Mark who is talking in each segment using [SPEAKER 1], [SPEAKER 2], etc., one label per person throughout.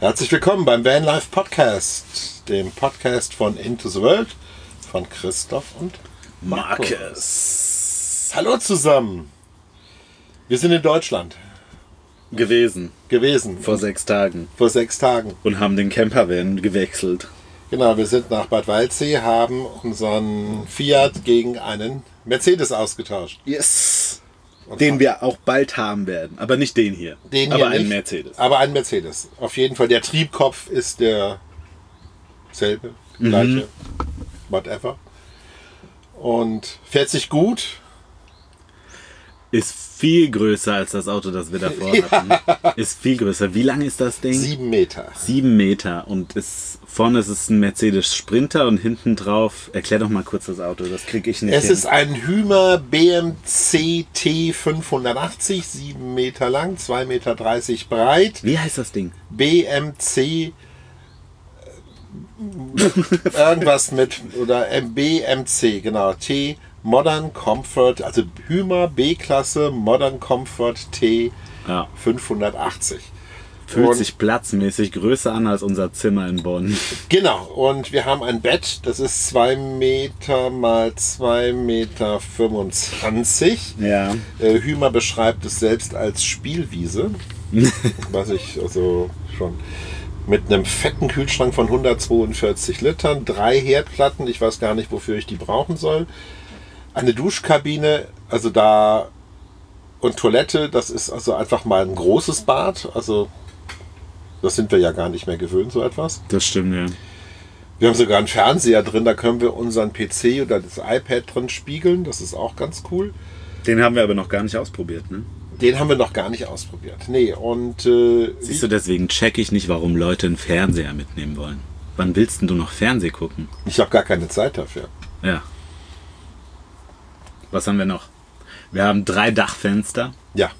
[SPEAKER 1] Herzlich willkommen beim Vanlife Podcast, dem Podcast von Into the World von Christoph und
[SPEAKER 2] Marcus.
[SPEAKER 1] Hallo zusammen. Wir sind in Deutschland
[SPEAKER 2] Gewesen.
[SPEAKER 1] gewesen
[SPEAKER 2] Vor sechs Tagen.
[SPEAKER 1] vor sechs Tagen.
[SPEAKER 2] Und haben den Campervan gewechselt.
[SPEAKER 1] Genau, wir sind nach Bad Waldsee, haben unseren Fiat gegen einen Mercedes ausgetauscht.
[SPEAKER 2] Yes. Den wir auch bald haben werden. Aber nicht den hier.
[SPEAKER 1] Den hier
[SPEAKER 2] aber einen
[SPEAKER 1] nicht,
[SPEAKER 2] Mercedes.
[SPEAKER 1] Aber einen Mercedes. Auf jeden Fall. Der Triebkopf ist der selbe,
[SPEAKER 2] Mhm.
[SPEAKER 1] gleiche, whatever. Und fährt sich gut.
[SPEAKER 2] Ist viel größer als das Auto, das wir davor hatten. Ist viel größer. Wie lang ist das Ding?
[SPEAKER 1] Sieben Meter.
[SPEAKER 2] Sieben Meter. Und ist, vorne ist es ein Mercedes Sprinter und hinten drauf. Erklär doch mal kurz das Auto. Das kriege ich nicht.
[SPEAKER 1] Es
[SPEAKER 2] hin.
[SPEAKER 1] ist ein Hymer BMC T580, 7 Meter lang, 2,30 Meter breit.
[SPEAKER 2] Wie heißt das Ding?
[SPEAKER 1] BMC äh, irgendwas mit oder äh, M- BMC, genau, T Modern Comfort, also Hymer B-Klasse Modern Comfort T
[SPEAKER 2] Ja.
[SPEAKER 1] 580.
[SPEAKER 2] Fühlt
[SPEAKER 1] Und-
[SPEAKER 2] sich platzmäßig größer an als unser Zimmer in Bonn.
[SPEAKER 1] Genau, und wir haben ein Bett, das ist 2 Meter mal 2,25 Meter. 25.
[SPEAKER 2] Ja.
[SPEAKER 1] Äh, Hümer beschreibt es selbst als Spielwiese, was ich also schon mit einem fetten Kühlschrank von 142 Litern, drei Herdplatten, ich weiß gar nicht, wofür ich die brauchen soll, eine Duschkabine, also da und Toilette, das ist also einfach mal ein großes Bad, also das sind wir ja gar nicht mehr gewöhnt, so etwas.
[SPEAKER 2] Das stimmt, ja.
[SPEAKER 1] Wir haben sogar einen Fernseher drin, da können wir unseren PC oder das iPad drin spiegeln, das ist auch ganz cool.
[SPEAKER 2] Den haben wir aber noch gar nicht ausprobiert, ne?
[SPEAKER 1] Den haben wir noch gar nicht ausprobiert. Nee, und äh,
[SPEAKER 2] Siehst du, deswegen check ich nicht, warum Leute einen Fernseher mitnehmen wollen. Wann willst denn du noch Fernseh gucken?
[SPEAKER 1] ich habe gar keine Zeit dafür.
[SPEAKER 2] Ja. Was haben wir noch? Wir haben drei Dachfenster,
[SPEAKER 1] Ja.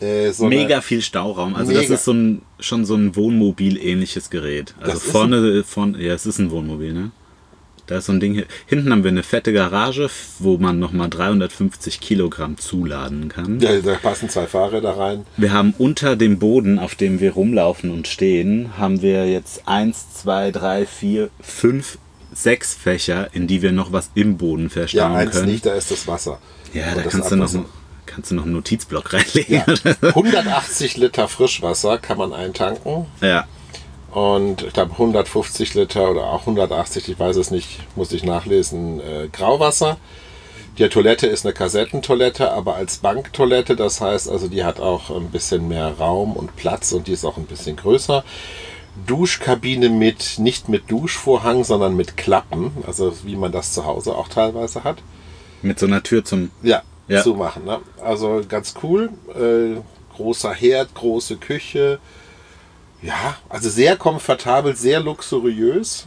[SPEAKER 1] Äh, so eine-
[SPEAKER 2] mega viel Stauraum. Also das
[SPEAKER 1] Mega.
[SPEAKER 2] ist so ein, schon so ein Wohnmobil-ähnliches Gerät. Also
[SPEAKER 1] Das ist
[SPEAKER 2] vorne, vorne, ja, es ist ein Wohnmobil, ne? Da ist so ein Ding hier. Hinten haben wir eine fette Garage, wo man nochmal 350 Kilogramm zuladen kann.
[SPEAKER 1] da, da passen zwei Fahrer da rein.
[SPEAKER 2] Wir haben unter dem Boden, auf dem wir rumlaufen und stehen, haben wir jetzt eins, zwei, drei, vier, fünf, sechs Fächer, in die wir noch was im Boden
[SPEAKER 1] Ja,
[SPEAKER 2] verstauen
[SPEAKER 1] eins
[SPEAKER 2] können.
[SPEAKER 1] nicht, da ist das Wasser.
[SPEAKER 2] Ja,
[SPEAKER 1] Und
[SPEAKER 2] da
[SPEAKER 1] das
[SPEAKER 2] kannst du, noch,
[SPEAKER 1] andere-
[SPEAKER 2] kannst du noch einen Notizblock reinlegen.
[SPEAKER 1] Ja. 180 Liter Frischwasser kann man eintanken
[SPEAKER 2] ja.
[SPEAKER 1] und ich glaube 150 Liter oder auch 180, ich weiß es nicht, muss ich nachlesen, äh, Grauwasser. Die Toilette ist eine Kassettentoilette, aber als Banktoilette, das heißt also, die hat auch ein bisschen mehr Raum und Platz und die ist auch ein bisschen größer. Duschkabine mit, nicht mit Duschvorhang, sondern mit Klappen, also wie man das zu Hause auch teilweise hat.
[SPEAKER 2] Mit so einer Tür zum.
[SPEAKER 1] Ja,
[SPEAKER 2] Ja.
[SPEAKER 1] zumachen. Ne? Also ganz cool. Äh, großer Herd, große Küche. Ja, also sehr komfortabel, sehr luxuriös.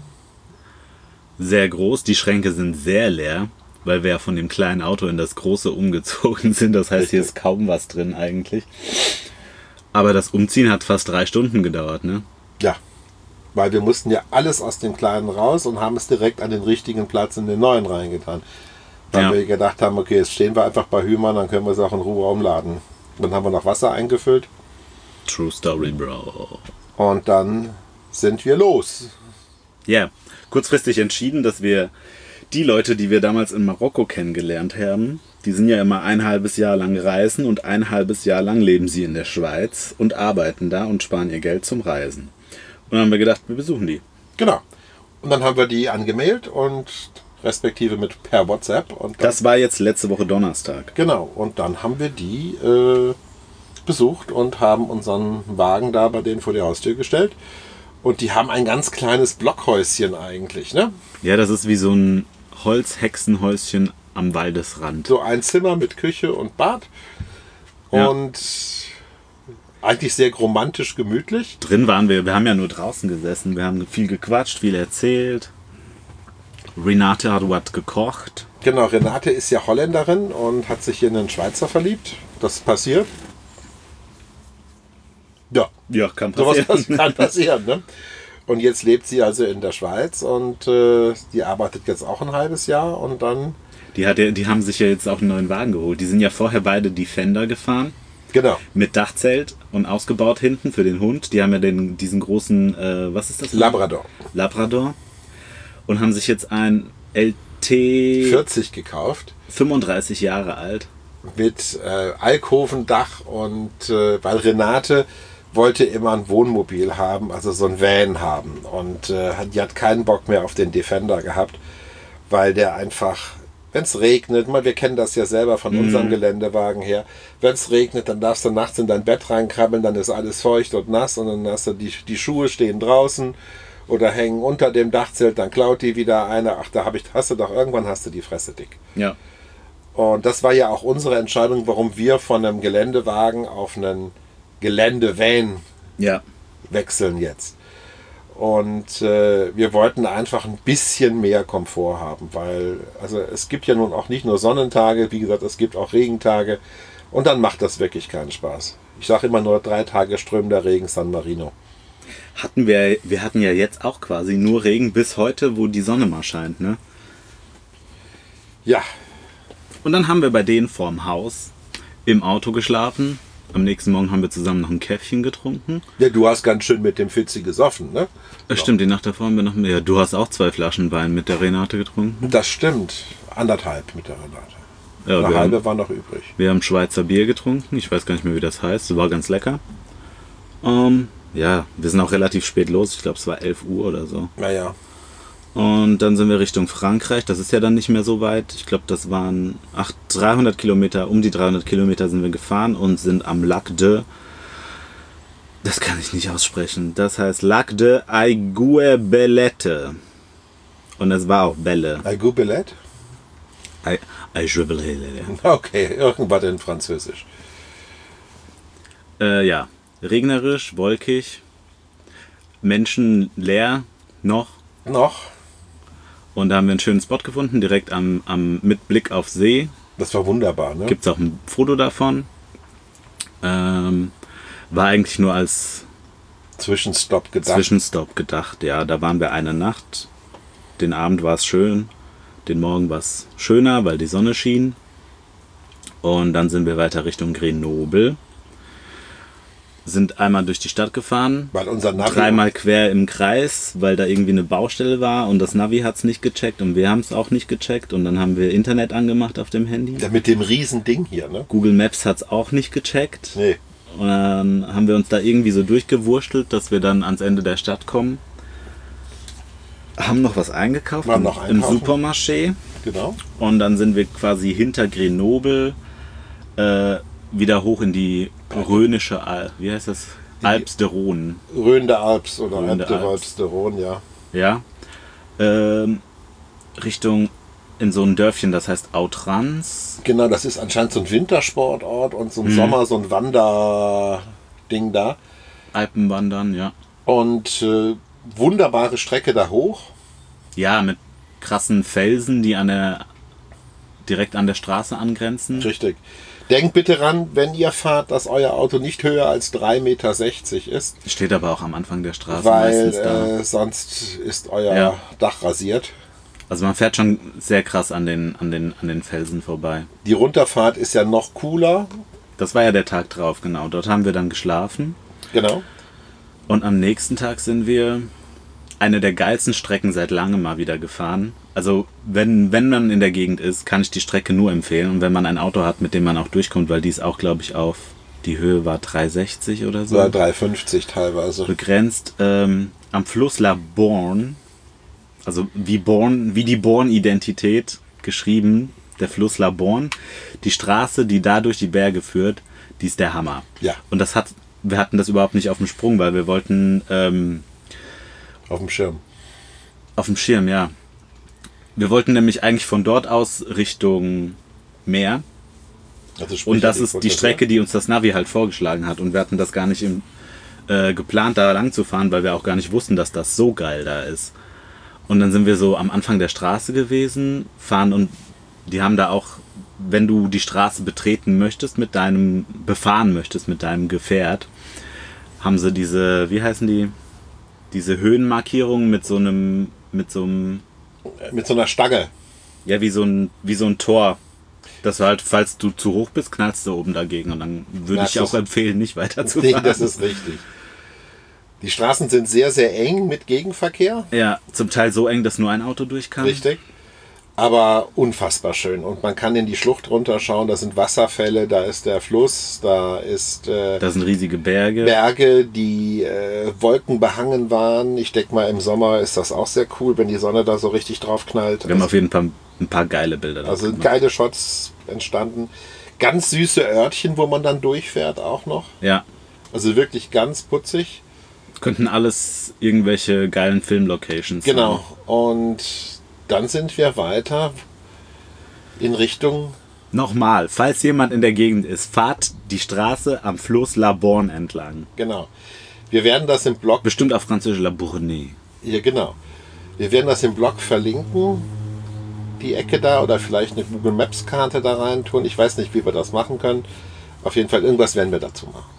[SPEAKER 2] Sehr groß. Die Schränke sind sehr leer, weil wir ja von dem kleinen Auto in das große umgezogen sind. Das heißt, hier ist kaum was drin eigentlich. Aber das Umziehen hat fast drei Stunden gedauert, ne?
[SPEAKER 1] Ja, weil wir mussten ja alles aus dem Kleinen raus und haben es direkt an den richtigen Platz in den neuen reingetan. Weil
[SPEAKER 2] Ja.
[SPEAKER 1] wir gedacht haben, okay, jetzt stehen wir einfach bei Hümer, dann können wir es auch in Ruhe umladen. Dann haben wir noch Wasser eingefüllt
[SPEAKER 2] True Story, Bro.
[SPEAKER 1] und dann sind wir los.
[SPEAKER 2] Ja, kurzfristig entschieden, dass wir die Leute, die wir damals in Marokko kennengelernt haben, die sind ja immer ein halbes Jahr lang reisen und ein halbes Jahr lang leben sie in der Schweiz und arbeiten da und sparen ihr Geld zum Reisen. Und dann haben wir gedacht, wir besuchen die.
[SPEAKER 1] Genau. Und dann haben wir die angemailt und respektive mit per WhatsApp und dann
[SPEAKER 2] Das war jetzt letzte Woche Donnerstag.
[SPEAKER 1] Genau, und dann haben wir die äh, besucht und haben unseren Wagen da bei denen vor die Haustür gestellt. Und die haben ein ganz kleines Blockhäuschen eigentlich, ne?
[SPEAKER 2] Ja, das ist wie so ein Holzhexenhäuschen am Waldesrand.
[SPEAKER 1] So ein Zimmer mit Küche und Bad.
[SPEAKER 2] Ja.
[SPEAKER 1] Und eigentlich sehr romantisch gemütlich.
[SPEAKER 2] Drin waren wir, wir haben ja nur draußen gesessen, wir haben viel gequatscht, viel erzählt. Renate hat was gekocht.
[SPEAKER 1] Genau, Renate ist ja Holländerin und hat sich hier in einen Schweizer verliebt. Das passiert. Ja,
[SPEAKER 2] Ja, kann
[SPEAKER 1] Sowas
[SPEAKER 2] passieren.
[SPEAKER 1] pass- kann passieren, ne? Und jetzt lebt sie also in der Schweiz und äh, die arbeitet jetzt auch ein halbes Jahr und dann.
[SPEAKER 2] Die, hat ja, die haben sich ja jetzt auch einen neuen Wagen geholt. Die sind ja vorher beide Defender gefahren.
[SPEAKER 1] Genau.
[SPEAKER 2] Mit Dachzelt und ausgebaut hinten für den Hund. Die haben ja den, diesen großen, äh, was ist das?
[SPEAKER 1] Labrador.
[SPEAKER 2] Labrador. Und haben sich jetzt ein LT
[SPEAKER 1] 40 gekauft
[SPEAKER 2] 35 Jahre alt.
[SPEAKER 1] mit äh, Alkovendach und äh, weil Renate wollte immer ein Wohnmobil haben, also so ein Van haben und äh, hat- die hat keinen Bock mehr auf den Defender gehabt, weil der einfach wenn es regnet, mal, wir kennen das ja selber von unserem Geländewagen her, wenn es regnet, dann darfst du nachts in dein Bett reinkrabbeln, dann ist alles feucht und nass und dann hast du die, die Schuhe stehen draußen oder hängen unter dem Dachzelt, dann klaut die wieder einer, ach, da hab ich, hast du doch, irgendwann hast du die Fresse dick.
[SPEAKER 2] Ja.
[SPEAKER 1] Und das war ja auch unsere Entscheidung, warum wir von einem Geländewagen auf einen Geländevan
[SPEAKER 2] Ja.
[SPEAKER 1] wechseln jetzt. Und äh, wir wollten einfach ein bisschen mehr Komfort haben, weil also es gibt ja nun auch nicht nur Sonnentage, wie gesagt, es gibt auch Regentage und dann macht das wirklich keinen Spaß. Ich sage immer nur drei Tage strömender Regen San Marino.
[SPEAKER 2] Hatten wir, wir hatten ja jetzt auch quasi nur Regen bis heute, wo die Sonne mal scheint, ne?
[SPEAKER 1] Ja,
[SPEAKER 2] Und dann haben wir bei denen vorm Haus im Auto geschlafen. Am nächsten Morgen haben wir zusammen noch ein Käffchen getrunken.
[SPEAKER 1] ja du hast ganz schön mit dem Fitzi gesoffen, ne?
[SPEAKER 2] Äh, Stimmt, die Nacht davor haben wir noch mehr. Du hast auch zwei Flaschen Wein mit der Renate getrunken.
[SPEAKER 1] Das stimmt. Anderthalb mit der Renate.
[SPEAKER 2] Mhm. Ja,
[SPEAKER 1] Eine
[SPEAKER 2] wir, haben,
[SPEAKER 1] halbe war noch übrig.
[SPEAKER 2] wir haben Schweizer Bier getrunken. Ich weiß gar nicht mehr, wie das heißt. War ganz lecker. Ähm, ja, wir sind auch relativ spät los. Ich glaube, es war 11 Uhr oder so.
[SPEAKER 1] Naja,
[SPEAKER 2] Und dann sind wir Richtung Frankreich. Das ist ja dann nicht mehr so weit. Ich glaube, das waren ach, 300 Kilometer. Um die 300 Kilometer sind wir gefahren und sind am Lac de. Das kann ich nicht aussprechen. Das heißt Lac de Aiguebelette. Und das war auch Bälle.
[SPEAKER 1] ein Goubelette?
[SPEAKER 2] Ai- Aiguebelette.
[SPEAKER 1] Okay, irgendwas in Französisch.
[SPEAKER 2] Äh, ja, regnerisch, wolkig, Menschen leer noch.
[SPEAKER 1] Noch,
[SPEAKER 2] Und da haben wir einen schönen Spot gefunden, direkt am, am mit Blick auf See.
[SPEAKER 1] das war wunderbar, ne?
[SPEAKER 2] Gibt es auch ein Foto davon. Ähm, war eigentlich nur als
[SPEAKER 1] Zwischenstopp gedacht.
[SPEAKER 2] Zwischenstopp gedacht. Ja, da waren wir eine Nacht. Den Abend war es schön. Den Morgen war es schöner, weil die Sonne schien. Und dann sind wir weiter Richtung Grenoble. Sind einmal durch die Stadt gefahren.
[SPEAKER 1] weil unser Navi,
[SPEAKER 2] Dreimal quer im Kreis, weil da irgendwie eine Baustelle war und das Navi hat es nicht gecheckt und wir haben es auch nicht gecheckt und dann haben wir Internet angemacht auf dem Handy.
[SPEAKER 1] Ja, mit dem riesen Ding hier, ne?
[SPEAKER 2] Google Maps hat es auch nicht gecheckt.
[SPEAKER 1] Nee,
[SPEAKER 2] Und dann Ähm, haben wir uns da irgendwie so durchgewurschtelt, dass wir dann ans Ende der Stadt kommen. Haben noch was eingekauft
[SPEAKER 1] Waren noch
[SPEAKER 2] im
[SPEAKER 1] einkaufen.
[SPEAKER 2] Supermarché.
[SPEAKER 1] genau.
[SPEAKER 2] Und dann sind wir quasi hinter Grenoble äh, wieder hoch in die rhönische Al wie heißt das? Alps der Rhône.
[SPEAKER 1] Rhön der Alps oder
[SPEAKER 2] Rhön
[SPEAKER 1] Rhön
[SPEAKER 2] der
[SPEAKER 1] der
[SPEAKER 2] Alps.
[SPEAKER 1] Alps, der Rhön, ja.
[SPEAKER 2] Ja. Ähm, Richtung in so ein Dörfchen, das heißt Autrans.
[SPEAKER 1] Genau, das ist anscheinend so ein Wintersportort und
[SPEAKER 2] Mhm.
[SPEAKER 1] so im Sommer so ein Wanderding da.
[SPEAKER 2] Alpenwandern, ja.
[SPEAKER 1] Und äh, wunderbare Strecke da hoch.
[SPEAKER 2] Ja, mit krassen Felsen, die an der direkt an der Straße angrenzen.
[SPEAKER 1] Richtig. Denkt bitte ran, wenn ihr fahrt, dass euer Auto nicht höher als 3,60 Meter ist,
[SPEAKER 2] Steht aber auch am Anfang der Straße
[SPEAKER 1] weil
[SPEAKER 2] meistens da.
[SPEAKER 1] äh, sonst ist euer
[SPEAKER 2] Ja.
[SPEAKER 1] Dach rasiert.
[SPEAKER 2] Also man fährt schon sehr krass an den, an den, an den Felsen vorbei.
[SPEAKER 1] Die Runterfahrt ist ja noch cooler.
[SPEAKER 2] Das war ja der Tag drauf, genau. Dort haben wir dann geschlafen.
[SPEAKER 1] Genau.
[SPEAKER 2] Und am nächsten Tag sind wir eine der geilsten Strecken seit langem mal wieder gefahren. Also wenn, wenn man in der Gegend ist, kann ich die Strecke nur empfehlen. Und wenn man ein Auto hat, mit dem man auch durchkommt, weil die ist auch, glaube ich, auf die Höhe war 360 oder so.
[SPEAKER 1] Oder 3,50 teilweise.
[SPEAKER 2] begrenzt ähm, am Fluss La Born, also wie Born, wie die Born-Identität geschrieben, der Fluss La Born. Die Straße, die da durch die Berge führt, die ist der Hammer.
[SPEAKER 1] Ja.
[SPEAKER 2] Und das hat, wir hatten das überhaupt nicht auf dem Sprung, weil wir wollten ähm,
[SPEAKER 1] Auf dem Schirm.
[SPEAKER 2] auf dem Schirm, ja. Wir wollten nämlich eigentlich von dort aus Richtung Meer.
[SPEAKER 1] Also sprich,
[SPEAKER 2] Und das
[SPEAKER 1] ich
[SPEAKER 2] ist
[SPEAKER 1] wollte
[SPEAKER 2] die
[SPEAKER 1] das
[SPEAKER 2] Strecke, die uns das Navi halt vorgeschlagen hat. Und wir hatten das gar nicht im, äh, geplant, da lang zu fahren, weil wir auch gar nicht wussten, dass das so geil da ist. Und dann sind wir so am Anfang der Straße gewesen, fahren und die haben da auch, wenn du die Straße betreten möchtest mit deinem, befahren möchtest mit deinem Gefährt, haben sie diese, wie heißen die? Diese Höhenmarkierungen mit so einem, mit so einem,
[SPEAKER 1] Mit so einer Stange.
[SPEAKER 2] ja, wie so ein, wie so ein Tor. Dass du halt, falls du zu hoch bist, knallst du oben dagegen. Und dann würde
[SPEAKER 1] Das
[SPEAKER 2] ich auch
[SPEAKER 1] ist-
[SPEAKER 2] empfehlen, nicht weiterzufahren.
[SPEAKER 1] Nee, das ist richtig. Die Straßen sind sehr, sehr eng mit Gegenverkehr.
[SPEAKER 2] ja, zum Teil so eng, dass nur ein Auto durch kann.
[SPEAKER 1] Richtig. Aber unfassbar schön. Und man kann in die Schlucht runterschauen. Da sind Wasserfälle, da ist der Fluss, da ist äh,
[SPEAKER 2] Da sind riesige Berge.
[SPEAKER 1] Berge, die äh, wolkenbehangen waren. Ich denke mal, im Sommer ist das auch sehr cool, wenn die Sonne da so richtig drauf knallt.
[SPEAKER 2] Wir haben auf jeden Fall ein paar geile Bilder da.
[SPEAKER 1] Also sind geile Shots entstanden. Ganz süße Örtchen, wo man dann durchfährt auch noch.
[SPEAKER 2] ja.
[SPEAKER 1] Also wirklich ganz putzig.
[SPEAKER 2] Könnten alles irgendwelche geilen Filmlocations
[SPEAKER 1] Genau.
[SPEAKER 2] sein.
[SPEAKER 1] Und dann sind wir weiter in Richtung
[SPEAKER 2] Nochmal, falls jemand in der Gegend ist, fahrt die Straße am Fluss Laborn entlang.
[SPEAKER 1] Genau. Wir werden das im Blog.
[SPEAKER 2] Bestimmt auf Französisch La Bournée.
[SPEAKER 1] Ja, genau. Wir werden das im Blog verlinken. Die Ecke da oder vielleicht eine Google Maps Karte da rein tun. Ich weiß nicht, wie wir das machen können. Auf jeden Fall irgendwas werden wir dazu machen.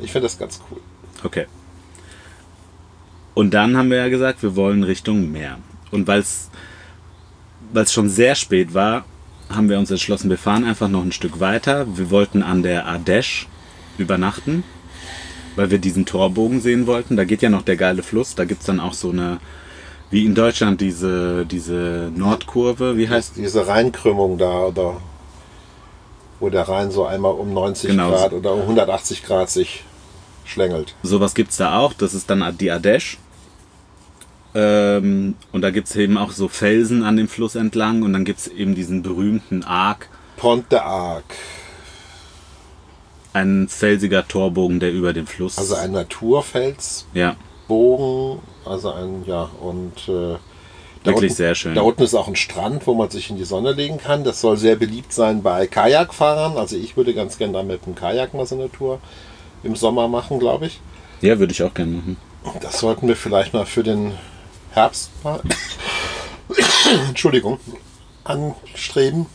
[SPEAKER 1] Ich finde das ganz cool.
[SPEAKER 2] Okay. Und dann haben wir ja gesagt, wir wollen Richtung Meer. Und weil es schon sehr spät war, haben wir uns entschlossen, wir fahren einfach noch ein Stück weiter. Wir wollten an der Ardèche übernachten, weil wir diesen Torbogen sehen wollten. Da geht ja noch der geile Fluss. Da gibt es dann auch so eine, wie in Deutschland, diese, diese Nordkurve. Wie heißt
[SPEAKER 1] Diese Rheinkrümmung da oder wo der Rhein so einmal um 90
[SPEAKER 2] Genau.
[SPEAKER 1] Grad oder um 180 Grad sich schlängelt.
[SPEAKER 2] Sowas gibt es da auch. Das ist dann die Ardèche. Ähm, und da gibt es eben auch so Felsen an dem Fluss entlang. Und dann gibt es eben diesen berühmten Arc,
[SPEAKER 1] Pont de Arc,
[SPEAKER 2] ein felsiger Torbogen, der über den Fluss.
[SPEAKER 1] also ein Naturfels,
[SPEAKER 2] ja,
[SPEAKER 1] Bogen, also ein, ja, und äh, da
[SPEAKER 2] wirklich
[SPEAKER 1] unten,
[SPEAKER 2] sehr schön.
[SPEAKER 1] Da unten ist auch ein Strand, wo man sich in die Sonne legen kann. Das soll sehr beliebt sein bei Kajakfahrern. Also ich würde ganz gerne da mit dem Kajak mal so eine Tour im Sommer machen, glaube ich.
[SPEAKER 2] Ja, würde ich auch gerne machen.
[SPEAKER 1] Das sollten wir vielleicht mal für den Herbst mal Entschuldigung, anstreben.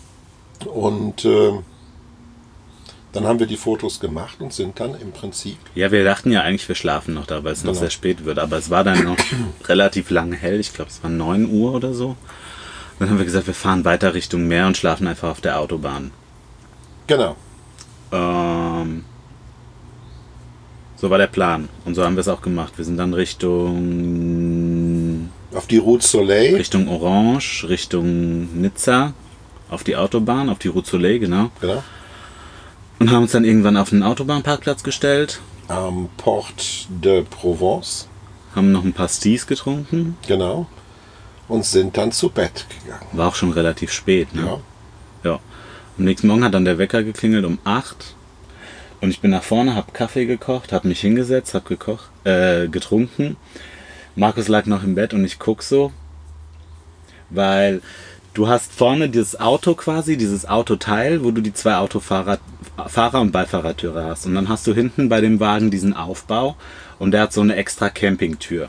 [SPEAKER 1] Und ähm, dann haben wir die Fotos gemacht und sind dann im Prinzip
[SPEAKER 2] Ja, wir dachten ja eigentlich, wir schlafen noch da, weil es noch
[SPEAKER 1] Genau.
[SPEAKER 2] sehr spät wird. Aber es war dann noch relativ lange hell. Ich glaube, es war 9 Uhr oder so. Dann haben wir gesagt, wir fahren weiter Richtung Meer und schlafen einfach auf der Autobahn.
[SPEAKER 1] genau
[SPEAKER 2] Ähm, so war der Plan. Und so haben wir es auch gemacht. Wir sind dann Richtung,
[SPEAKER 1] auf die Route Soleil.
[SPEAKER 2] Richtung Orange, Richtung Nizza, auf die Autobahn, auf die Route Soleil, genau.
[SPEAKER 1] Genau.
[SPEAKER 2] Und haben uns dann irgendwann auf einen Autobahnparkplatz gestellt,
[SPEAKER 1] Am Port de Provence.
[SPEAKER 2] haben noch ein paar Stees getrunken.
[SPEAKER 1] Genau. Und sind dann zu Bett gegangen.
[SPEAKER 2] War auch schon relativ spät, ne?
[SPEAKER 1] Ja.
[SPEAKER 2] Ja. Am nächsten Morgen hat dann der Wecker geklingelt um 8. Und ich bin nach vorne, hab Kaffee gekocht, hab mich hingesetzt, hab gekocht, äh, getrunken. Markus lag noch im Bett und ich guck so, weil du hast vorne dieses Auto quasi, dieses Autoteil, wo du die zwei Autofahrer Fahrer und Beifahrertüre hast. Und dann hast du hinten bei dem Wagen diesen Aufbau und der hat so eine extra Campingtür.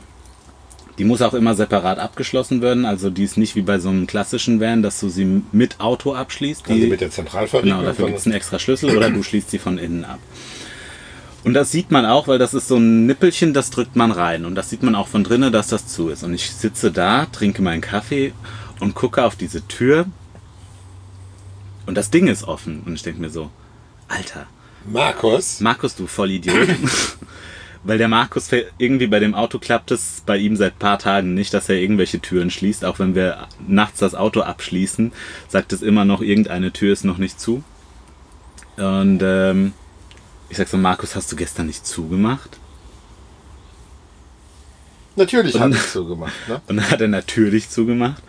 [SPEAKER 2] Die muss auch immer separat abgeschlossen werden, also die ist nicht wie bei so einem klassischen Van, dass du sie mit Auto abschließt.
[SPEAKER 1] Also
[SPEAKER 2] Die-
[SPEAKER 1] mit der Zentralverriegelung.
[SPEAKER 2] Genau, dafür
[SPEAKER 1] sondern-
[SPEAKER 2] gibt es einen extra Schlüssel oder du schließt sie von innen ab. Und das sieht man auch, weil das ist so ein Nippelchen, das drückt man rein. Und das sieht man auch von drinnen, dass das zu ist. Und ich sitze da, trinke meinen Kaffee und gucke auf diese Tür. Und das Ding ist offen. Und ich denke mir so, Alter,
[SPEAKER 1] Markus,
[SPEAKER 2] Markus, du Vollidiot. Weil der Markus fäh- irgendwie bei dem Auto klappt es bei ihm seit paar Tagen nicht, dass er irgendwelche Türen schließt. Auch wenn wir nachts das Auto abschließen, sagt es immer noch, irgendeine Tür ist noch nicht zu. Und ähm, ich sag so, Markus, hast du gestern nicht zugemacht?
[SPEAKER 1] natürlich hat es so gemacht. Ne?
[SPEAKER 2] Und dann hat er natürlich zugemacht.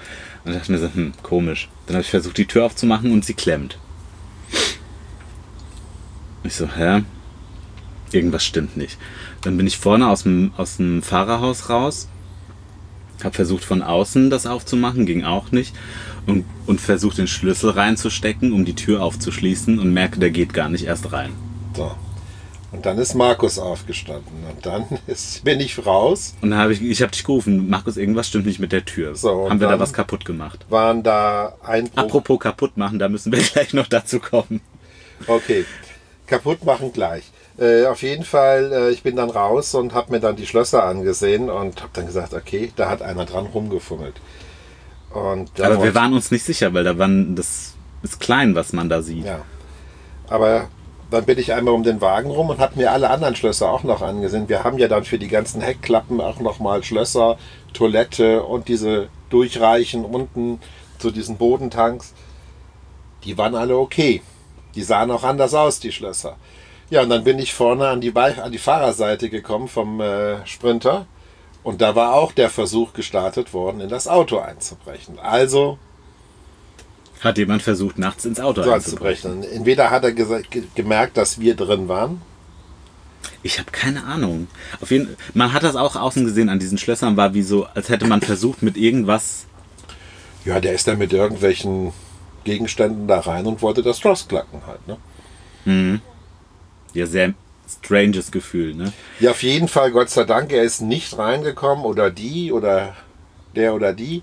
[SPEAKER 2] Und dachte mir so, hm, komisch. Dann habe ich versucht, die Tür aufzumachen und sie klemmt. Ich so, hä? Irgendwas stimmt nicht. Dann bin ich vorne aus dem, aus dem Fahrerhaus raus, habe versucht, von außen das aufzumachen, ging auch nicht. Und, und versucht, den Schlüssel reinzustecken, um die Tür aufzuschließen und merke, der geht gar nicht erst rein.
[SPEAKER 1] So. Und dann ist Markus aufgestanden. Und dann ist, bin ich raus.
[SPEAKER 2] Und dann habe ich, ich habe dich gerufen, Markus, irgendwas stimmt nicht mit der Tür.
[SPEAKER 1] So, und
[SPEAKER 2] Haben wir da
[SPEAKER 1] dann-
[SPEAKER 2] was kaputt gemacht?
[SPEAKER 1] Waren da ein
[SPEAKER 2] Apropos kaputt machen, da müssen wir gleich noch dazu kommen.
[SPEAKER 1] Okay, kaputt machen gleich. Äh, auf jeden Fall, äh, ich bin dann raus und habe mir dann die Schlösser angesehen und habe dann gesagt, okay, da hat einer dran rumgefummelt. Und da
[SPEAKER 2] Aber wir
[SPEAKER 1] wollte-
[SPEAKER 2] waren uns nicht sicher, weil da waren das ist klein, was man da sieht.
[SPEAKER 1] Ja. Aber dann bin ich einmal um den Wagen rum und habe mir alle anderen Schlösser auch noch angesehen. Wir haben ja dann für die ganzen Heckklappen auch nochmal Schlösser, Toilette und diese Durchreichen unten zu diesen Bodentanks. Die waren alle okay. Die sahen auch anders aus, die Schlösser. Ja, und dann bin ich vorne an die, Bei- an die Fahrerseite gekommen vom äh, Sprinter. Und da war auch der Versuch gestartet worden, in das Auto einzubrechen. Also
[SPEAKER 2] Hat jemand versucht, nachts ins Auto
[SPEAKER 1] so
[SPEAKER 2] einzubrechen?
[SPEAKER 1] einzubrechen. Entweder hat er gesa- ge gemerkt, dass wir drin waren.
[SPEAKER 2] Ich habe keine Ahnung. Auf jeden, man hat das auch außen gesehen an diesen Schlössern, war wie so, als hätte man versucht, mit irgendwas.
[SPEAKER 1] Ja, der ist dann mit irgendwelchen Gegenständen da rein und wollte das Schloss klacken halt. Ne?
[SPEAKER 2] Ja, sehr stranges Gefühl, ne?
[SPEAKER 1] Ja, auf jeden Fall, Gott sei Dank, er ist nicht reingekommen oder die oder der oder die.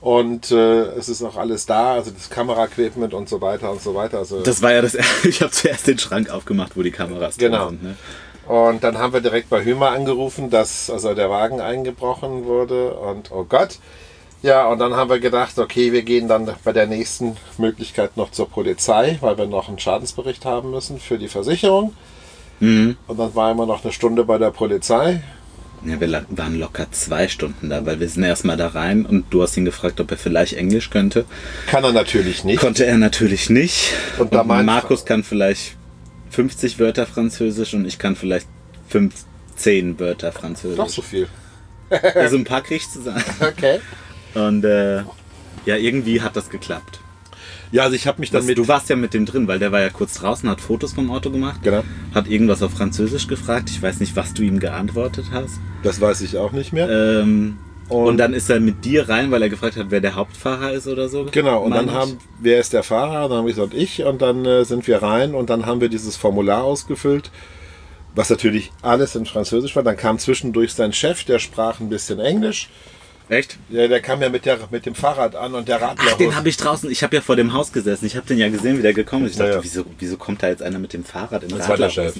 [SPEAKER 1] Und äh, es ist auch alles da, also das Kameraequipment und so weiter und so weiter. Also
[SPEAKER 2] Das war ja das. Ich habe zuerst den Schrank aufgemacht, wo die Kameras drin
[SPEAKER 1] Genau.
[SPEAKER 2] sind. Ne?
[SPEAKER 1] Und dann haben wir direkt bei Hümer angerufen, dass also der Wagen eingebrochen wurde und oh Gott. Ja, und dann haben wir gedacht, okay, wir gehen dann bei der nächsten Möglichkeit noch zur Polizei, weil wir noch einen Schadensbericht haben müssen für die Versicherung. Und dann waren wir noch eine Stunde bei der Polizei.
[SPEAKER 2] Ja, wir la- waren locker zwei Stunden da, weil wir sind erstmal da rein und du hast ihn gefragt, ob er vielleicht Englisch könnte.
[SPEAKER 1] Kann er natürlich nicht.
[SPEAKER 2] Konnte er natürlich nicht.
[SPEAKER 1] Und da meint-
[SPEAKER 2] Markus kann vielleicht 50 Wörter Französisch und ich kann vielleicht 15 Wörter Französisch.
[SPEAKER 1] Doch so viel.
[SPEAKER 2] Also ein paar krieg ich zusammen.
[SPEAKER 1] Okay.
[SPEAKER 2] Und äh, ja, irgendwie hat das geklappt.
[SPEAKER 1] Ja, also ich habe mich dann
[SPEAKER 2] Das,
[SPEAKER 1] mit.
[SPEAKER 2] du warst ja mit dem drin, weil der war ja kurz draußen, hat Fotos vom Auto gemacht,
[SPEAKER 1] Genau.
[SPEAKER 2] hat irgendwas auf Französisch gefragt. Ich weiß nicht, was du ihm geantwortet hast.
[SPEAKER 1] Das weiß ich auch nicht mehr.
[SPEAKER 2] Ähm, und,
[SPEAKER 1] Und-
[SPEAKER 2] dann ist er mit dir rein, weil er gefragt hat, wer der Hauptfahrer ist oder so.
[SPEAKER 1] Genau, und
[SPEAKER 2] meine
[SPEAKER 1] dann
[SPEAKER 2] ich.
[SPEAKER 1] haben, wer ist der Fahrer? Dann haben ich und ich und dann äh, sind wir rein und dann haben wir dieses Formular ausgefüllt, was natürlich alles in Französisch war. Dann kam zwischendurch sein Chef, der sprach ein bisschen Englisch.
[SPEAKER 2] Echt?
[SPEAKER 1] Ja, der kam ja mit, der, mit dem Fahrrad an und der Radler.
[SPEAKER 2] Ach, den habe ich draußen. Ich habe ja vor dem Haus gesessen. Ich habe den ja gesehen, wie der gekommen ist. Ich dachte,
[SPEAKER 1] Ja, ja.
[SPEAKER 2] Wieso, wieso kommt da jetzt einer mit dem Fahrrad in
[SPEAKER 1] das war der Chef.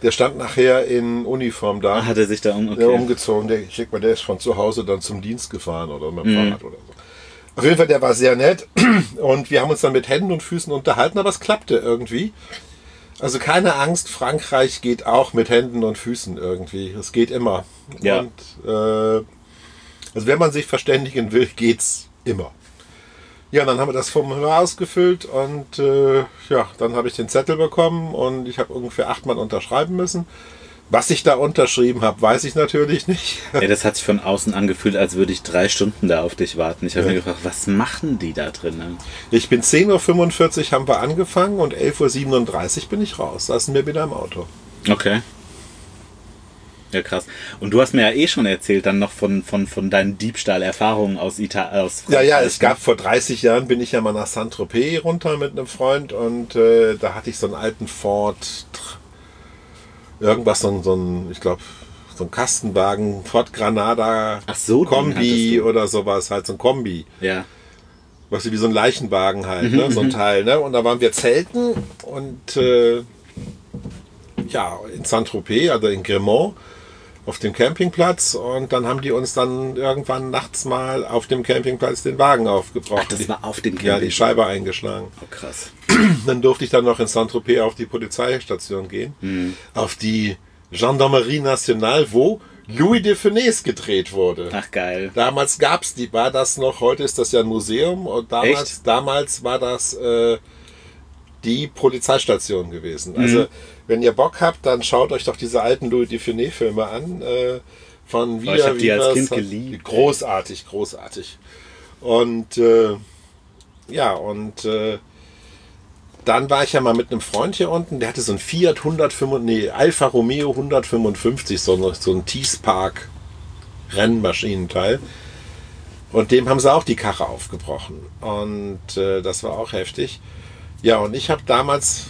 [SPEAKER 1] Der stand nachher in Uniform da.
[SPEAKER 2] Hat er sich da um. Okay.
[SPEAKER 1] Der umgezogen, der, ich denke mal, der ist von zu Hause dann zum Dienst gefahren oder mit
[SPEAKER 2] Mhm.
[SPEAKER 1] dem Fahrrad oder so. Auf jeden Fall, der war sehr nett und wir haben uns dann mit Händen und Füßen unterhalten, aber es klappte irgendwie. Also keine Angst, Frankreich geht auch mit Händen und Füßen irgendwie. Es geht immer.
[SPEAKER 2] Ja.
[SPEAKER 1] Und, äh, also wenn man sich verständigen will, geht's immer. Ja, dann haben wir das Formular ausgefüllt und äh, ja, dann habe ich den Zettel bekommen und ich habe ungefähr achtmal unterschreiben müssen. Was ich da unterschrieben habe, weiß ich natürlich nicht.
[SPEAKER 2] Ey, das hat sich von außen angefühlt, als würde ich drei Stunden da auf dich warten. Ich habe mir gefragt, was machen die da drin? ne?
[SPEAKER 1] Ich bin 10.45 Uhr haben wir angefangen und 11.37 Uhr bin ich raus. Saßen wir wieder im Auto.
[SPEAKER 2] Okay. Ja, krass. Und du hast mir ja eh schon erzählt, dann noch von, von, von deinen Diebstahlerfahrungen aus Italien. Aus
[SPEAKER 1] Ja, ja,
[SPEAKER 2] Frankreich,
[SPEAKER 1] es
[SPEAKER 2] ne?
[SPEAKER 1] gab vor 30 Jahren bin ich ja mal nach Saint-Tropez runter mit einem Freund und äh, da hatte ich so einen alten Ford, Tr- irgendwas, so ein, so ein ich glaube, so ein Kastenwagen, Ford Granada
[SPEAKER 2] Ach so, den hattest
[SPEAKER 1] Kombi
[SPEAKER 2] du.
[SPEAKER 1] oder sowas, halt so ein Kombi.
[SPEAKER 2] ne? Ja.
[SPEAKER 1] Weißt du, wie so ein Leichenwagen
[SPEAKER 2] Mhm,
[SPEAKER 1] halt, ne? so ein Teil. Ne? Und da waren wir zelten und äh, ja, in Saint-Tropez, also in Gremont, auf dem Campingplatz. Und dann haben die uns dann irgendwann nachts mal auf dem Campingplatz den Wagen aufgebrochen.
[SPEAKER 2] Ach, das war auf dem
[SPEAKER 1] die, ja, die
[SPEAKER 2] Camping.
[SPEAKER 1] Scheibe eingeschlagen.
[SPEAKER 2] oh, krass.
[SPEAKER 1] Dann durfte ich dann noch in Saint-Tropez auf die Polizeistation gehen,
[SPEAKER 2] Mhm.
[SPEAKER 1] auf die Gendarmerie Nationale, wo Louis de Funès gedreht wurde.
[SPEAKER 2] Ach, geil.
[SPEAKER 1] Damals gab's die, war das noch, heute ist das ja ein Museum und damals,
[SPEAKER 2] Echt?
[SPEAKER 1] damals war das äh, die Polizeistation gewesen.
[SPEAKER 2] Mhm.
[SPEAKER 1] Also, wenn ihr Bock habt, dann schaut euch doch diese alten Louis Dufiné Filme an. Äh, von
[SPEAKER 2] Oh,
[SPEAKER 1] Vida
[SPEAKER 2] ich hab die als
[SPEAKER 1] Vivas.
[SPEAKER 2] Kind geliebt.
[SPEAKER 1] Großartig, großartig. Und äh, ja, und äh, dann war ich ja mal mit einem Freund hier unten, der hatte so ein Fiat 155, nee, Alfa Romeo 155, so, ein- so ein Teespark Rennmaschinenteil. Und dem haben sie auch die Karre aufgebrochen. Und äh, das war auch heftig. Ja, und ich habe damals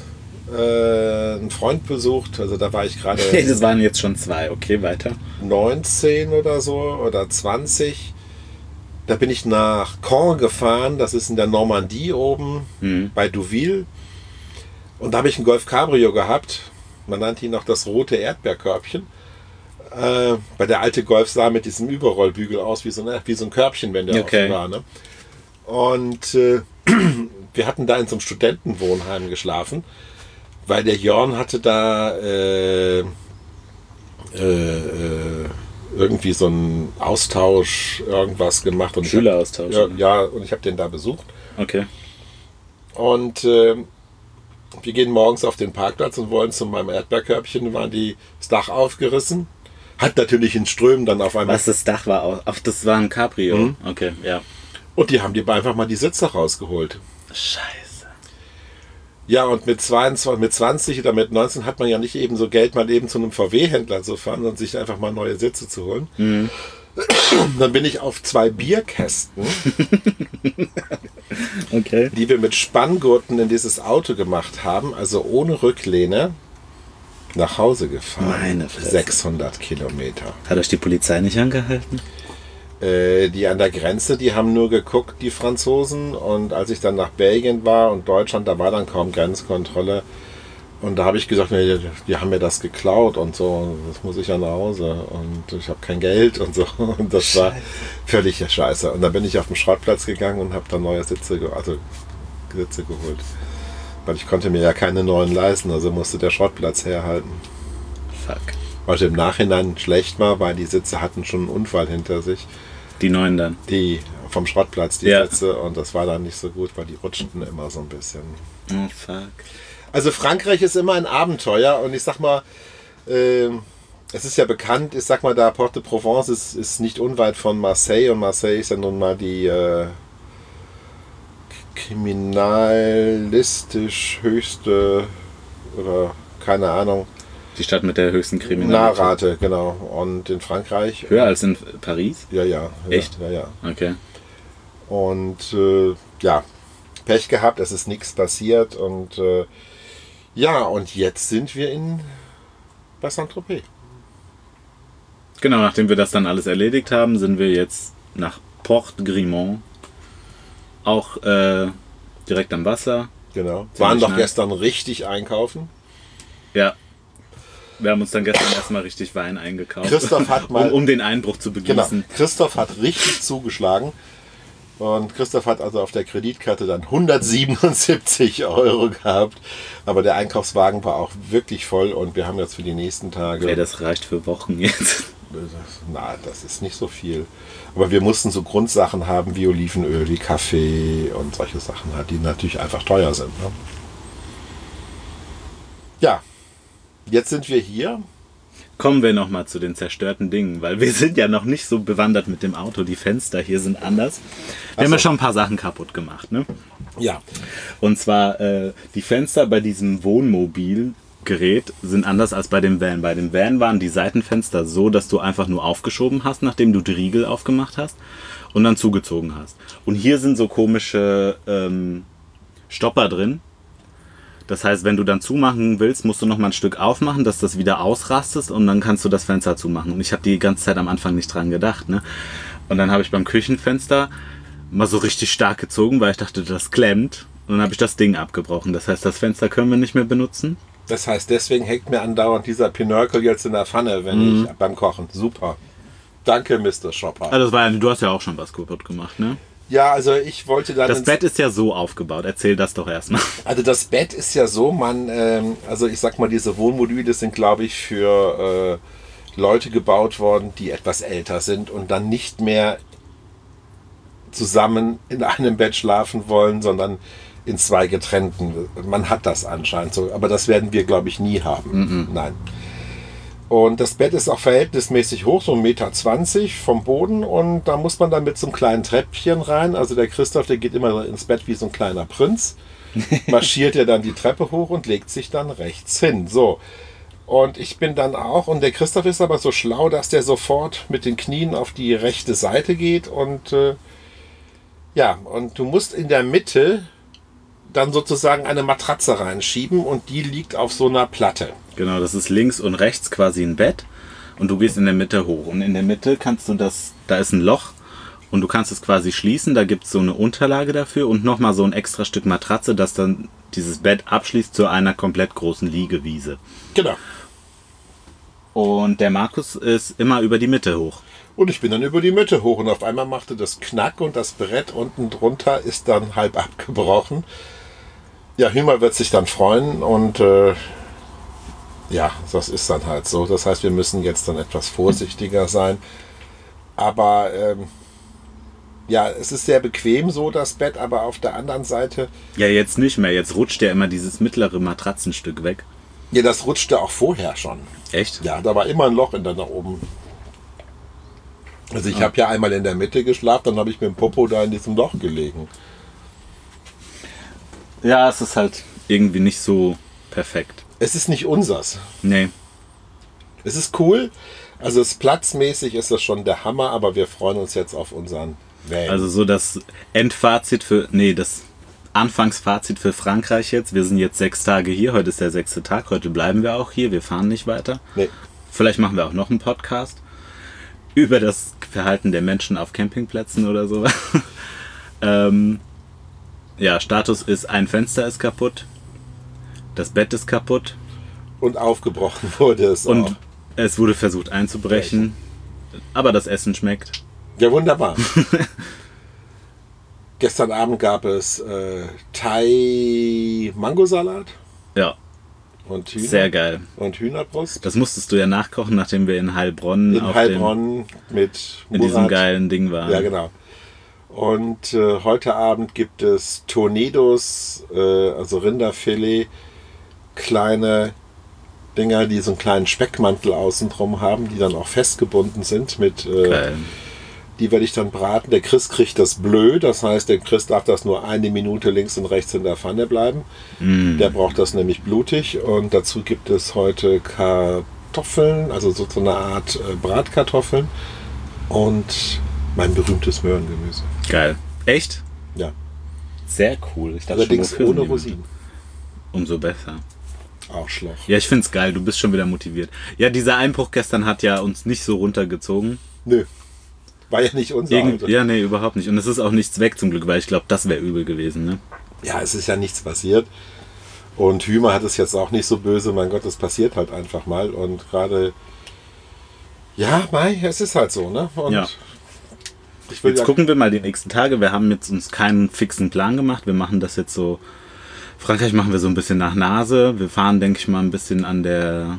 [SPEAKER 1] äh, einen Freund besucht, also da war ich gerade
[SPEAKER 2] Nee, das waren jetzt schon zwei. Okay, weiter.
[SPEAKER 1] 19 oder so oder 20. Da bin ich nach Caen gefahren, das ist in der Normandie oben bei Deauville. Und da habe ich einen Golf Cabrio gehabt. Man nannte ihn auch das rote Erdbeerkörbchen. Äh, weil der alte Golf sah mit diesem Überrollbügel aus wie so, ein- wie so ein Körbchen, wenn der
[SPEAKER 2] Okay.
[SPEAKER 1] offen war. Ne? Und ne? äh, wir hatten da in so einem Studentenwohnheim geschlafen, weil der Jörn hatte da äh, äh, äh, irgendwie so einen Austausch, irgendwas gemacht. Und ich hab-
[SPEAKER 2] Schüleraustausch,
[SPEAKER 1] Ja,
[SPEAKER 2] ne?
[SPEAKER 1] ja, und ich habe den da besucht.
[SPEAKER 2] Okay.
[SPEAKER 1] Und äh, wir gehen morgens auf den Parkplatz und wollen zu meinem Erdbeerkörbchen, waren die das Dach aufgerissen. Hat natürlich in Strömen dann auf einmal.
[SPEAKER 2] Was das Dach war? au- Ach, das war ein Cabrio.
[SPEAKER 1] Mhm.
[SPEAKER 2] Okay, ja.
[SPEAKER 1] Und die haben die einfach mal die Sitze rausgeholt.
[SPEAKER 2] Scheiße.
[SPEAKER 1] Ja, und mit 22, mit 20 oder mit 19 hat man ja nicht eben so Geld, mal eben zu einem VW-Händler zu fahren und sich einfach mal neue Sitze zu holen.
[SPEAKER 2] Mhm.
[SPEAKER 1] Dann bin ich auf zwei Bierkästen,
[SPEAKER 2] Okay.
[SPEAKER 1] die wir mit Spanngurten in dieses Auto gemacht haben, also ohne Rücklehne, nach Hause gefahren.
[SPEAKER 2] Meine Fresse.
[SPEAKER 1] 600 Kilometer.
[SPEAKER 2] Hat euch die Polizei nicht angehalten?
[SPEAKER 1] Äh, die an der Grenze, die haben nur geguckt, die Franzosen. Und als ich dann nach Belgien war und Deutschland, da war dann kaum Grenzkontrolle. Und da habe ich gesagt, nee, die, die haben mir das geklaut und so, das muss ich ja nach Hause und ich habe kein Geld und so. Und das war völlig scheiße. Und dann bin ich auf den Schrottplatz gegangen und habe dann neue Sitze, ge also Sitze geholt. Weil ich konnte mir ja keine neuen leisten, also musste der Schrottplatz herhalten.
[SPEAKER 2] Fuck.
[SPEAKER 1] Was im Nachhinein schlecht war, weil die Sitze hatten schon einen Unfall hinter sich
[SPEAKER 2] Die neuen dann.
[SPEAKER 1] die vom Schrottplatz, die
[SPEAKER 2] Ja.
[SPEAKER 1] Plätze. Und das war dann nicht so gut, weil die rutschten immer so ein bisschen.
[SPEAKER 2] Oh, fuck.
[SPEAKER 1] Also Frankreich ist immer ein Abenteuer und ich sag mal, ähm, es ist ja bekannt, ich sag mal, da Port-de-Provence ist, ist nicht unweit von Marseille und Marseille ist ja nun mal die äh, kriminalistisch höchste oder keine Ahnung,
[SPEAKER 2] Die Stadt mit der höchsten Kriminalität.
[SPEAKER 1] Nahrate, genau. Und in Frankreich,
[SPEAKER 2] Höher als in Paris?
[SPEAKER 1] ja, ja. ja
[SPEAKER 2] Echt?
[SPEAKER 1] Ja, ja.
[SPEAKER 2] Okay.
[SPEAKER 1] Und äh, ja, Pech gehabt, es ist nichts passiert. Und äh, ja, und jetzt sind wir in bei Saint-Tropez.
[SPEAKER 2] Genau, nachdem wir das dann alles erledigt haben, sind wir jetzt nach Port Grimont. Auch äh, direkt am Wasser.
[SPEAKER 1] Genau. Waren doch
[SPEAKER 2] schnell.
[SPEAKER 1] gestern richtig einkaufen.
[SPEAKER 2] Ja. Wir haben uns dann gestern erstmal richtig Wein eingekauft.
[SPEAKER 1] Christoph hat mal-
[SPEAKER 2] um, um den Einbruch zu
[SPEAKER 1] Genau.
[SPEAKER 2] begießen.
[SPEAKER 1] Christoph hat richtig zugeschlagen. Und Christoph hat also auf der Kreditkarte dann 177 Euro gehabt. Aber der Einkaufswagen war auch wirklich voll und wir haben jetzt für die nächsten Tage.
[SPEAKER 2] Ey, das reicht für Wochen jetzt.
[SPEAKER 1] Na, das ist nicht so viel. Aber wir mussten so Grundsachen haben wie Olivenöl, wie Kaffee und solche Sachen halt, die natürlich einfach teuer sind. Ne? Ja, jetzt sind wir hier.
[SPEAKER 2] Kommen wir nochmal zu den zerstörten Dingen, weil wir sind ja noch nicht so bewandert mit dem Auto. Die Fenster hier sind anders. Wir haben ja schon ein paar Sachen kaputt gemacht. Ne?
[SPEAKER 1] Ja.
[SPEAKER 2] Und zwar, äh, die Fenster bei diesem Wohnmobilgerät sind anders als bei dem Van. Bei dem Van waren die Seitenfenster so, dass du einfach nur aufgeschoben hast, nachdem du die Riegel aufgemacht hast und dann zugezogen hast. Und hier sind so komische ähm, Stopper drin. Das heißt, wenn du dann zumachen willst, musst du nochmal ein Stück aufmachen, dass das wieder ausrastet und dann kannst du das Fenster zumachen. Und ich habe die ganze Zeit am Anfang nicht dran gedacht. Ne? Und dann habe ich beim Küchenfenster mal so richtig stark gezogen, weil ich dachte, das klemmt. Und dann habe ich das Ding abgebrochen. Das heißt, das Fenster können wir nicht mehr benutzen.
[SPEAKER 1] Das heißt, deswegen hängt mir andauernd dieser Pinörkel jetzt in der Pfanne, wenn ich beim Kochen. Super. Danke, Mr. Shopper.
[SPEAKER 2] Mhm. Also das war, ja- du hast ja auch schon was kaputt gemacht, ne?
[SPEAKER 1] Ja, also ich wollte dann
[SPEAKER 2] Das
[SPEAKER 1] ins-
[SPEAKER 2] Bett ist ja so aufgebaut. Erzähl das doch erstmal.
[SPEAKER 1] Also das Bett ist ja so, man, ähm, also ich sag mal, diese Wohnmobile sind, glaube ich, für äh, Leute gebaut worden, die etwas älter sind und dann nicht mehr zusammen in einem Bett schlafen wollen, sondern in zwei getrennten. Man hat das anscheinend so, aber das werden wir, glaube ich, nie haben. Nein. Und das Bett ist auch verhältnismäßig hoch, so 1,20 Meter vom Boden. Und da muss man dann mit so einem kleinen Treppchen rein. Also der Christoph, der geht immer ins Bett wie so ein kleiner Prinz marschiert er dann die Treppe hoch und legt sich dann rechts hin. So. Und ich bin dann auch, und der Christoph ist aber so schlau, dass der sofort mit den Knien auf die rechte Seite geht und äh, ja, und du musst in der Mitte dann sozusagen eine Matratze reinschieben und die liegt auf so einer Platte.
[SPEAKER 2] Genau, das ist links und rechts quasi ein Bett und du gehst in der Mitte hoch. Und in der Mitte kannst du das, da ist ein Loch und du kannst es quasi schließen. Da gibt es so eine Unterlage dafür und nochmal so ein extra Stück Matratze, das dann dieses Bett abschließt zu einer komplett großen Liegewiese.
[SPEAKER 1] Genau.
[SPEAKER 2] Und der Markus ist immer über die Mitte hoch.
[SPEAKER 1] Und ich bin dann über die Mitte hoch und auf einmal machte das Knack und das Brett unten drunter ist dann halb abgebrochen. Ja, Hümer wird sich dann freuen und äh, ja, das ist dann halt so. Das heißt, wir müssen jetzt dann etwas vorsichtiger sein. Aber ähm, ja, es ist sehr bequem so, das Bett, aber auf der anderen Seite,
[SPEAKER 2] Ja, jetzt nicht mehr. Jetzt rutscht ja immer dieses mittlere Matratzenstück weg.
[SPEAKER 1] ja, das rutschte auch vorher schon.
[SPEAKER 2] Echt?
[SPEAKER 1] Ja, da war immer ein Loch in der nach oben. Also ich
[SPEAKER 2] Ah.
[SPEAKER 1] habe ja einmal in der Mitte geschlafen, dann habe ich mit dem Popo da in diesem Loch gelegen.
[SPEAKER 2] Ja, es ist halt irgendwie nicht so perfekt.
[SPEAKER 1] Es ist nicht unsers.
[SPEAKER 2] Nee.
[SPEAKER 1] Es ist cool. Also es platzmäßig ist das schon der Hammer, aber wir freuen uns jetzt auf unseren Van.
[SPEAKER 2] Also so das Endfazit für, nee, das Anfangsfazit für Frankreich jetzt. Wir sind jetzt sechs Tage hier. Heute ist der sechste Tag. Heute bleiben wir auch hier. Wir fahren nicht weiter.
[SPEAKER 1] nee.
[SPEAKER 2] Vielleicht machen wir auch noch einen Podcast über das Verhalten der Menschen auf Campingplätzen oder so. ähm, ja, Status ist, ein Fenster ist kaputt, das Bett ist kaputt
[SPEAKER 1] Und aufgebrochen wurde es
[SPEAKER 2] und
[SPEAKER 1] auch.
[SPEAKER 2] es wurde versucht einzubrechen, aber das Essen schmeckt.
[SPEAKER 1] Ja, wunderbar. Gestern Abend gab es äh, Thai-Mangosalat
[SPEAKER 2] Ja,
[SPEAKER 1] und, Hühner
[SPEAKER 2] sehr geil.
[SPEAKER 1] und Hühnerbrust.
[SPEAKER 2] Das musstest du ja nachkochen, nachdem wir in Heilbronn,
[SPEAKER 1] In
[SPEAKER 2] auf
[SPEAKER 1] Heilbronn mit
[SPEAKER 2] Dem, in diesem
[SPEAKER 1] Murat.
[SPEAKER 2] geilen Ding waren.
[SPEAKER 1] Ja, genau. Und äh, heute Abend gibt es Tornados, äh, also Rinderfilet, kleine Dinger, die so einen kleinen Speckmantel außen drum haben, die dann auch festgebunden sind mit äh,
[SPEAKER 2] Geil.
[SPEAKER 1] die werde ich dann braten. Der Chris kriegt das blö, das heißt, der Chris darf das nur eine Minute links und rechts in der Pfanne bleiben. Der braucht das nämlich blutig und dazu gibt es heute Kartoffeln, also so, so eine Art äh, Bratkartoffeln und mein berühmtes Möhrengemüse.
[SPEAKER 2] Geil. Echt?
[SPEAKER 1] Ja,
[SPEAKER 2] Sehr cool. Ich dachte
[SPEAKER 1] allerdings
[SPEAKER 2] schon, wofür
[SPEAKER 1] ohne
[SPEAKER 2] sind die
[SPEAKER 1] Rosinen.
[SPEAKER 2] mit? Umso besser.
[SPEAKER 1] Arschloch.
[SPEAKER 2] Ja, ich find's geil, du bist schon wieder motiviert. Ja, dieser Einbruch gestern hat ja uns nicht so runtergezogen.
[SPEAKER 1] Nö, war ja also nicht unser
[SPEAKER 2] Irgend
[SPEAKER 1] Auto.
[SPEAKER 2] ja, nee, überhaupt nicht. Und es ist auch nichts weg zum Glück, weil ich glaube, das wäre übel gewesen, ne?
[SPEAKER 1] ja, es ist ja nichts passiert. Und Hümer hat es jetzt auch nicht so böse. Mein Gott, das passiert halt einfach mal. Und gerade, ja, Mai, es ist halt so, ne? Und
[SPEAKER 2] Ja.
[SPEAKER 1] ich will
[SPEAKER 2] Jetzt
[SPEAKER 1] ja,
[SPEAKER 2] gucken wir mal die nächsten Tage. Wir haben jetzt uns keinen fixen Plan gemacht. Wir machen das jetzt so. Frankreich machen wir so ein bisschen nach Nase. Wir fahren, denke ich mal, ein bisschen an der.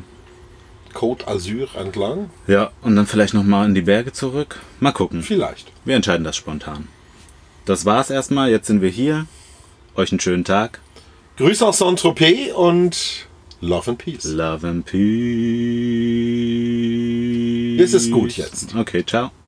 [SPEAKER 1] Code Azur entlang.
[SPEAKER 2] Ja, und dann vielleicht nochmal in die Berge zurück. Mal gucken.
[SPEAKER 1] Vielleicht.
[SPEAKER 2] Wir entscheiden das spontan. Das war's erstmal. Jetzt sind wir hier. Euch einen schönen Tag.
[SPEAKER 1] Grüße aus Saint-Tropez und Love and Peace.
[SPEAKER 2] Love and Peace.
[SPEAKER 1] Es ist gut jetzt.
[SPEAKER 2] Okay, ciao.